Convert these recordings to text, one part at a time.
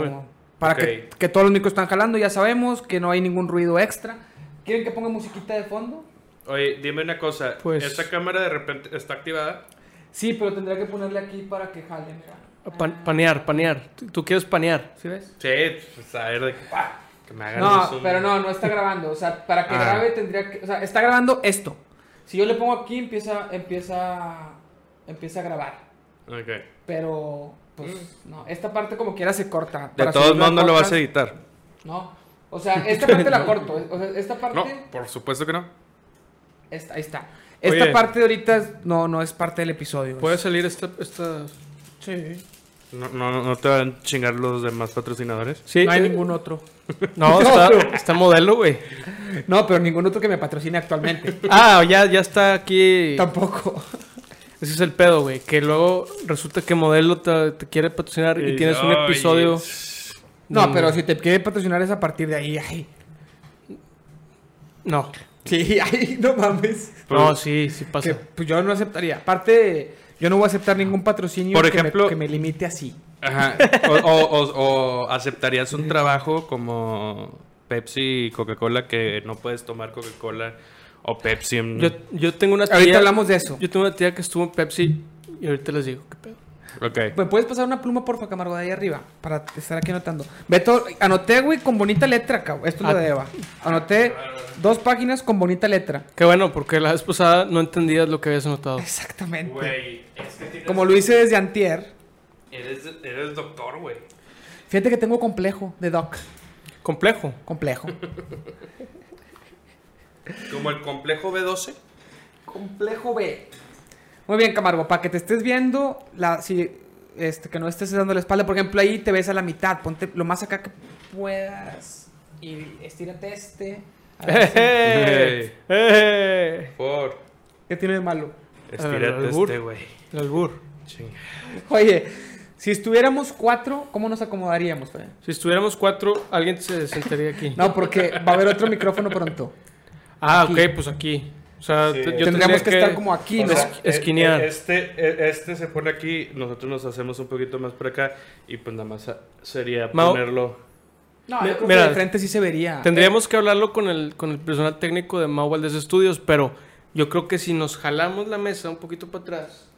Para Pues, Ok. que, que todos los micros están jalando, ya sabemos, que no hay ningún ruido extra. ¿Quieren que ponga musiquita de fondo? Oye, dime una cosa. Pues- ¿Esta cámara de repente está activada? Sí, pero tendría que ponerle aquí para que jale, mira. Ah, Pan- panear, panear. Tú- Tú quieres panear. ¿Sí ves? Sí, pues, a ver de que, ¡pah! que me hagan un No, zoom. pero no, no está grabando. O sea, para que Ah. grabe tendría que. O sea, está grabando esto. Si yo le pongo aquí, empieza, empieza, empieza a grabar. Ok. Pero, pues, no. Esta parte como quiera se corta. Mm. De Para todos subirlo modos no lo vas podcast, a editar. No. O sea, esta parte la corto. O sea, esta parte. No, por supuesto que no. esta- ahí está. Esta Oye. parte de ahorita es- no, no es parte del episodio. Puede salir esta. esta... Sí. No, no, no te van a chingar los demás patrocinadores. sí. No hay eh, ningún otro. No, está, está modelo, güey. No, pero ningún otro que me patrocine actualmente. Ah, ya, ya está aquí. Tampoco. Ese es el pedo, güey. Que luego resulta que modelo te, te quiere patrocinar y tienes un Ay, episodio. No, Mm. pero si te quiere patrocinar es a partir de ahí. Ay. No. Sí, ay, no mames. Pues- no, sí, sí Que, pasa. pues, yo no aceptaría. Aparte, yo no voy a aceptar ningún patrocinio Por que me- ejemplo- que, me, limite así. Ajá. O, o- o- o aceptarías un trabajo como Pepsi y Coca-Cola que no puedes tomar Coca-Cola o Pepsi en... Yo, yo tengo una tía. Ahorita hablamos de eso. Yo tengo una tía que estuvo en Pepsi y ahorita les digo, qué pedo. Ok. ¿Me puedes pasar una pluma, porfa, Camargo, de ahí arriba? Para estar aquí anotando. Beto, anoté, güey, con bonita letra, cabrón. Esto es lo Ah. de Eva. Anoté dos páginas con bonita letra. Qué bueno, porque la vez pasada no entendías lo que habías notado. Exactamente. Güey, es que tienes- Como lo hice desde antier. Eres, eres doctor, güey. Fíjate que tengo complejo de doc. Complejo. Complejo. Como el complejo B12. Complejo B. Muy bien, Camargo, para que te estés viendo, la, si, este, que no estés dando la espalda, por ejemplo, ahí te ves a la mitad, ponte lo más acá que puedas y estírate este. a ver si- ¡Eh! ¡Eh! Por... ¿Qué tiene de malo? Al- Estírate albur. este, güey. El albur. Chinga. Oye, si estuviéramos cuatro, ¿cómo nos acomodaríamos? Fran? Si estuviéramos cuatro, alguien se sentaría aquí. No, porque va a haber otro micrófono pronto. Ah, Aquí. ok, pues aquí. O sea, Sí. te- yo Tendríamos tendría que, estar como aquí, O ¿no? sea, e- esquinear. e- Este, e- este se pone aquí, nosotros nos hacemos un poquito más por acá y pues nada más a- sería Mau. ponerlo. no, yo creo mira, que de frente sí se vería. Tendríamos que hablarlo con el, con el personal técnico de Mau Valdés Estudios, pero yo creo que si nos jalamos la mesa un poquito para atrás,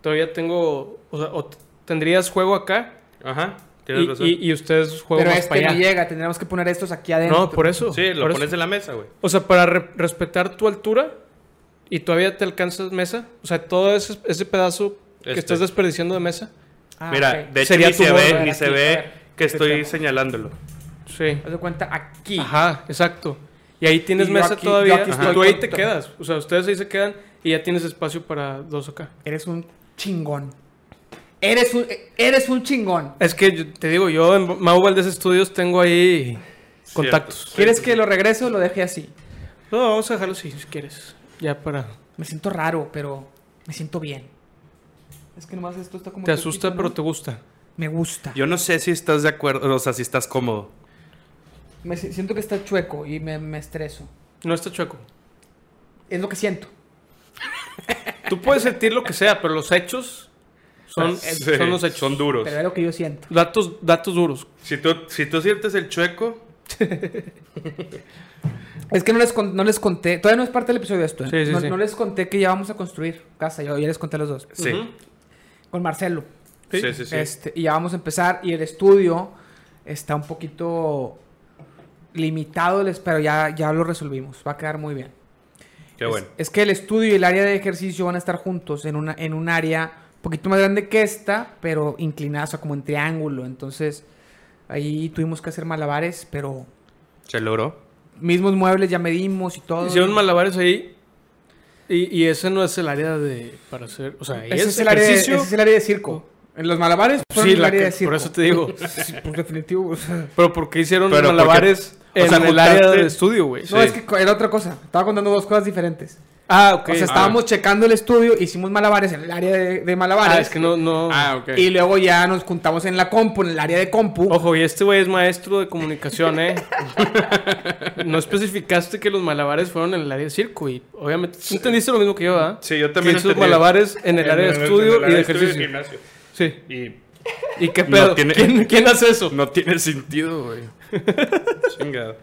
todavía tengo. O sea, o t- tendrías juego acá Ajá, tienes y, razón. y- y ustedes juego Pero más este para no allá. llega, tendríamos que poner estos aquí adentro. no, por eso. sí, lo por pones eso. en la mesa, güey. O sea, para re- respetar tu altura y todavía te alcanzas mesa. O sea, todo ese, ese pedazo que Este. estás desperdiciando de mesa. Ah, Mira, ok. de hecho Sería ni tu se bono, ve, a ver, ni aquí, se a ve ver, que estoy espérame. señalándolo. Sí. Haz de cuenta, aquí. Ajá, exacto. Y ahí tienes Y yo mesa aquí- todavía. yo aquí Ajá. estoy Tú ahí con- te quedas. O sea, ustedes ahí se quedan y ya tienes espacio para dos acá. Eres un chingón. Eres un, eh, eres un chingón. Es que yo- te digo, yo en Mau Valdés Estudios tengo ahí contactos. ¿Quieres que lo regrese o lo deje así? No, vamos a dejarlo así, si quieres. Ya para. Me siento raro, pero me siento bien. Es que nomás esto está como... Te asusta, pero te gusta. Me gusta. Yo no sé si estás de acuerdo, o sea, si estás cómodo. Me si- siento que está chueco y me, me estreso. No está chueco. Es lo que siento. Tú puedes sentir lo que sea, pero los hechos son, eh, Sí, son los hechos. son duros. Pero es lo que yo siento. Datos, datos duros. Si tú, si tú sientes el chueco, Es que no les, con- no les conté... Todavía no es parte del episodio de esto. ¿eh? Sí, sí, no, sí. no les conté que ya vamos a construir casa. Yo ya les conté a los dos. sí. Ujú. Con Marcelo. Sí, sí, sí. Este, y ya vamos a empezar. Y el estudio está un poquito limitado, les- pero ya, ya lo resolvimos. Va a quedar muy bien. Qué Es- bueno. Es, que el estudio y el área de ejercicio van a estar juntos en, una, en un área un poquito más grande que esta, pero inclinada, o sea, como en triángulo. Entonces, ahí tuvimos que hacer malabares, pero Se logró. mismos muebles ya medimos y todo. Hicieron malabares ahí. Y, y ese no es el área de. Para hacer. O sea, ahí Ese es, es el área de- ejercicio. ese es el área de circo. En los malabares, fueron sí, el la área que- de circo. por eso te digo. Sí, pues, definitivo. o sea. Pero ¿por qué hicieron Pero porque- malabares o en sea, el área juntaste- de estudio, güey? No, Sí. es que co- era otra cosa. Estaba contando dos cosas diferentes. Ah, ok. o sea, estábamos checando el estudio, hicimos malabares en el área de, de malabares. Ah, es que no, no. ok. Y luego ya nos juntamos en la compu, en el área de compu. Ojo, y este güey es maestro de comunicación, ¿eh? no especificaste que los malabares fueron en el área de circo y obviamente tú entendiste lo mismo que yo, ¿verdad? Sí, yo también Que hizo los entendí. malabares en el área de estudio y de ejercicio. gimnasio. Sí. Y ¿Y qué pedo? No tiene- ¿Quién, quién hace eso? No tiene sentido, güey. Chingado.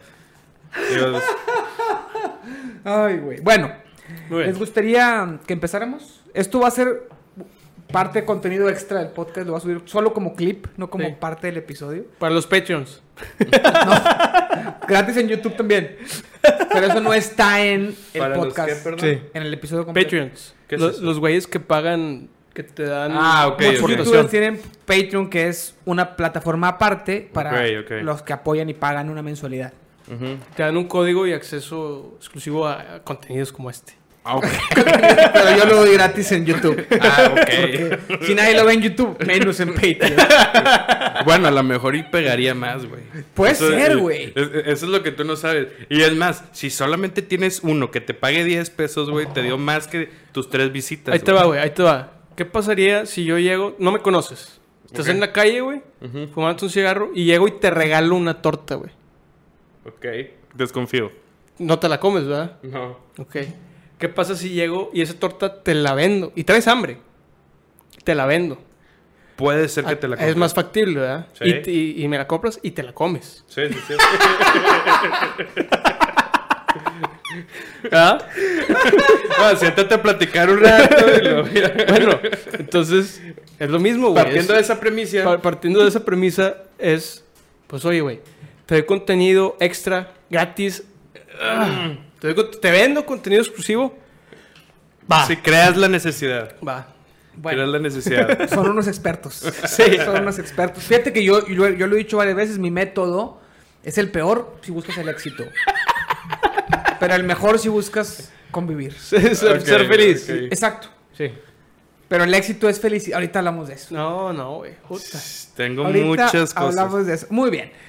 Dios. Ay, güey. Bueno, Muy bien. ¿les gustaría que empezáramos? Esto va a ser parte de contenido extra del podcast, lo va a subir solo como clip, no como Sí. parte del episodio. Para los Patreons. Gratis en YouTube también. Pero eso no está en el Para los podcast. que, perdón. Sí. en el episodio completo. Patreons. ¿Qué es Lo- eso? los güeyes que pagan, que te dan. Ah, ok, Muchos ok. youtubers tienen Patreon, que es una plataforma aparte para Ok, ok. los que apoyan y pagan una mensualidad. Ujú. Te dan un código y acceso exclusivo a, a contenidos como este. Ah, ok. Pero yo lo doy gratis en YouTube. Ah, ok. Porque si nadie lo ve en YouTube, menos en Patreon. Bueno, a lo mejor y pegaría más, güey. Puede Eso- ser, güey. es- Eso es lo que tú no sabes. Y es más, si solamente tienes uno que te pague 10 pesos, güey, te dio más que tus tres visitas. Ahí te va, güey, ahí te va. ¿Qué pasaría si yo llego, no me conoces? Estás Ok. en la calle, güey, Ujú. fumándote un cigarro y llego y te regalo una torta, güey. Ok, desconfío. No te la comes, ¿verdad? No. Ok. ¿Qué pasa si llego y esa torta te la vendo? Y traes hambre. Te la vendo. Puede ser que Ah, te la es compre. más factible, ¿verdad? Sí. Y, y- y me la compras y te la comes. Sí, sí, sí. ¿Verdad? Ah, siéntate a platicar un rato. y lo- bueno, entonces es lo mismo, güey. Partiendo Es- de esa premisa. par- partiendo de esa premisa es, pues oye, güey, te doy contenido extra, gratis. Ah, te, doy con- te vendo contenido exclusivo. Va. Si creas la necesidad. Va. Creas la necesidad. Son unos expertos. Son unos expertos. Fíjate que yo, yo, yo lo he dicho varias veces, mi método es el peor si buscas el éxito. Pero el mejor si buscas convivir. ser, ser- Ok, ser feliz. ok. Exacto. Sí. Pero el éxito es felicidad. Ahorita hablamos de eso. No, no, güey. Puta. Tengo Ahorita muchas cosas. hablamos de eso. Muy bien.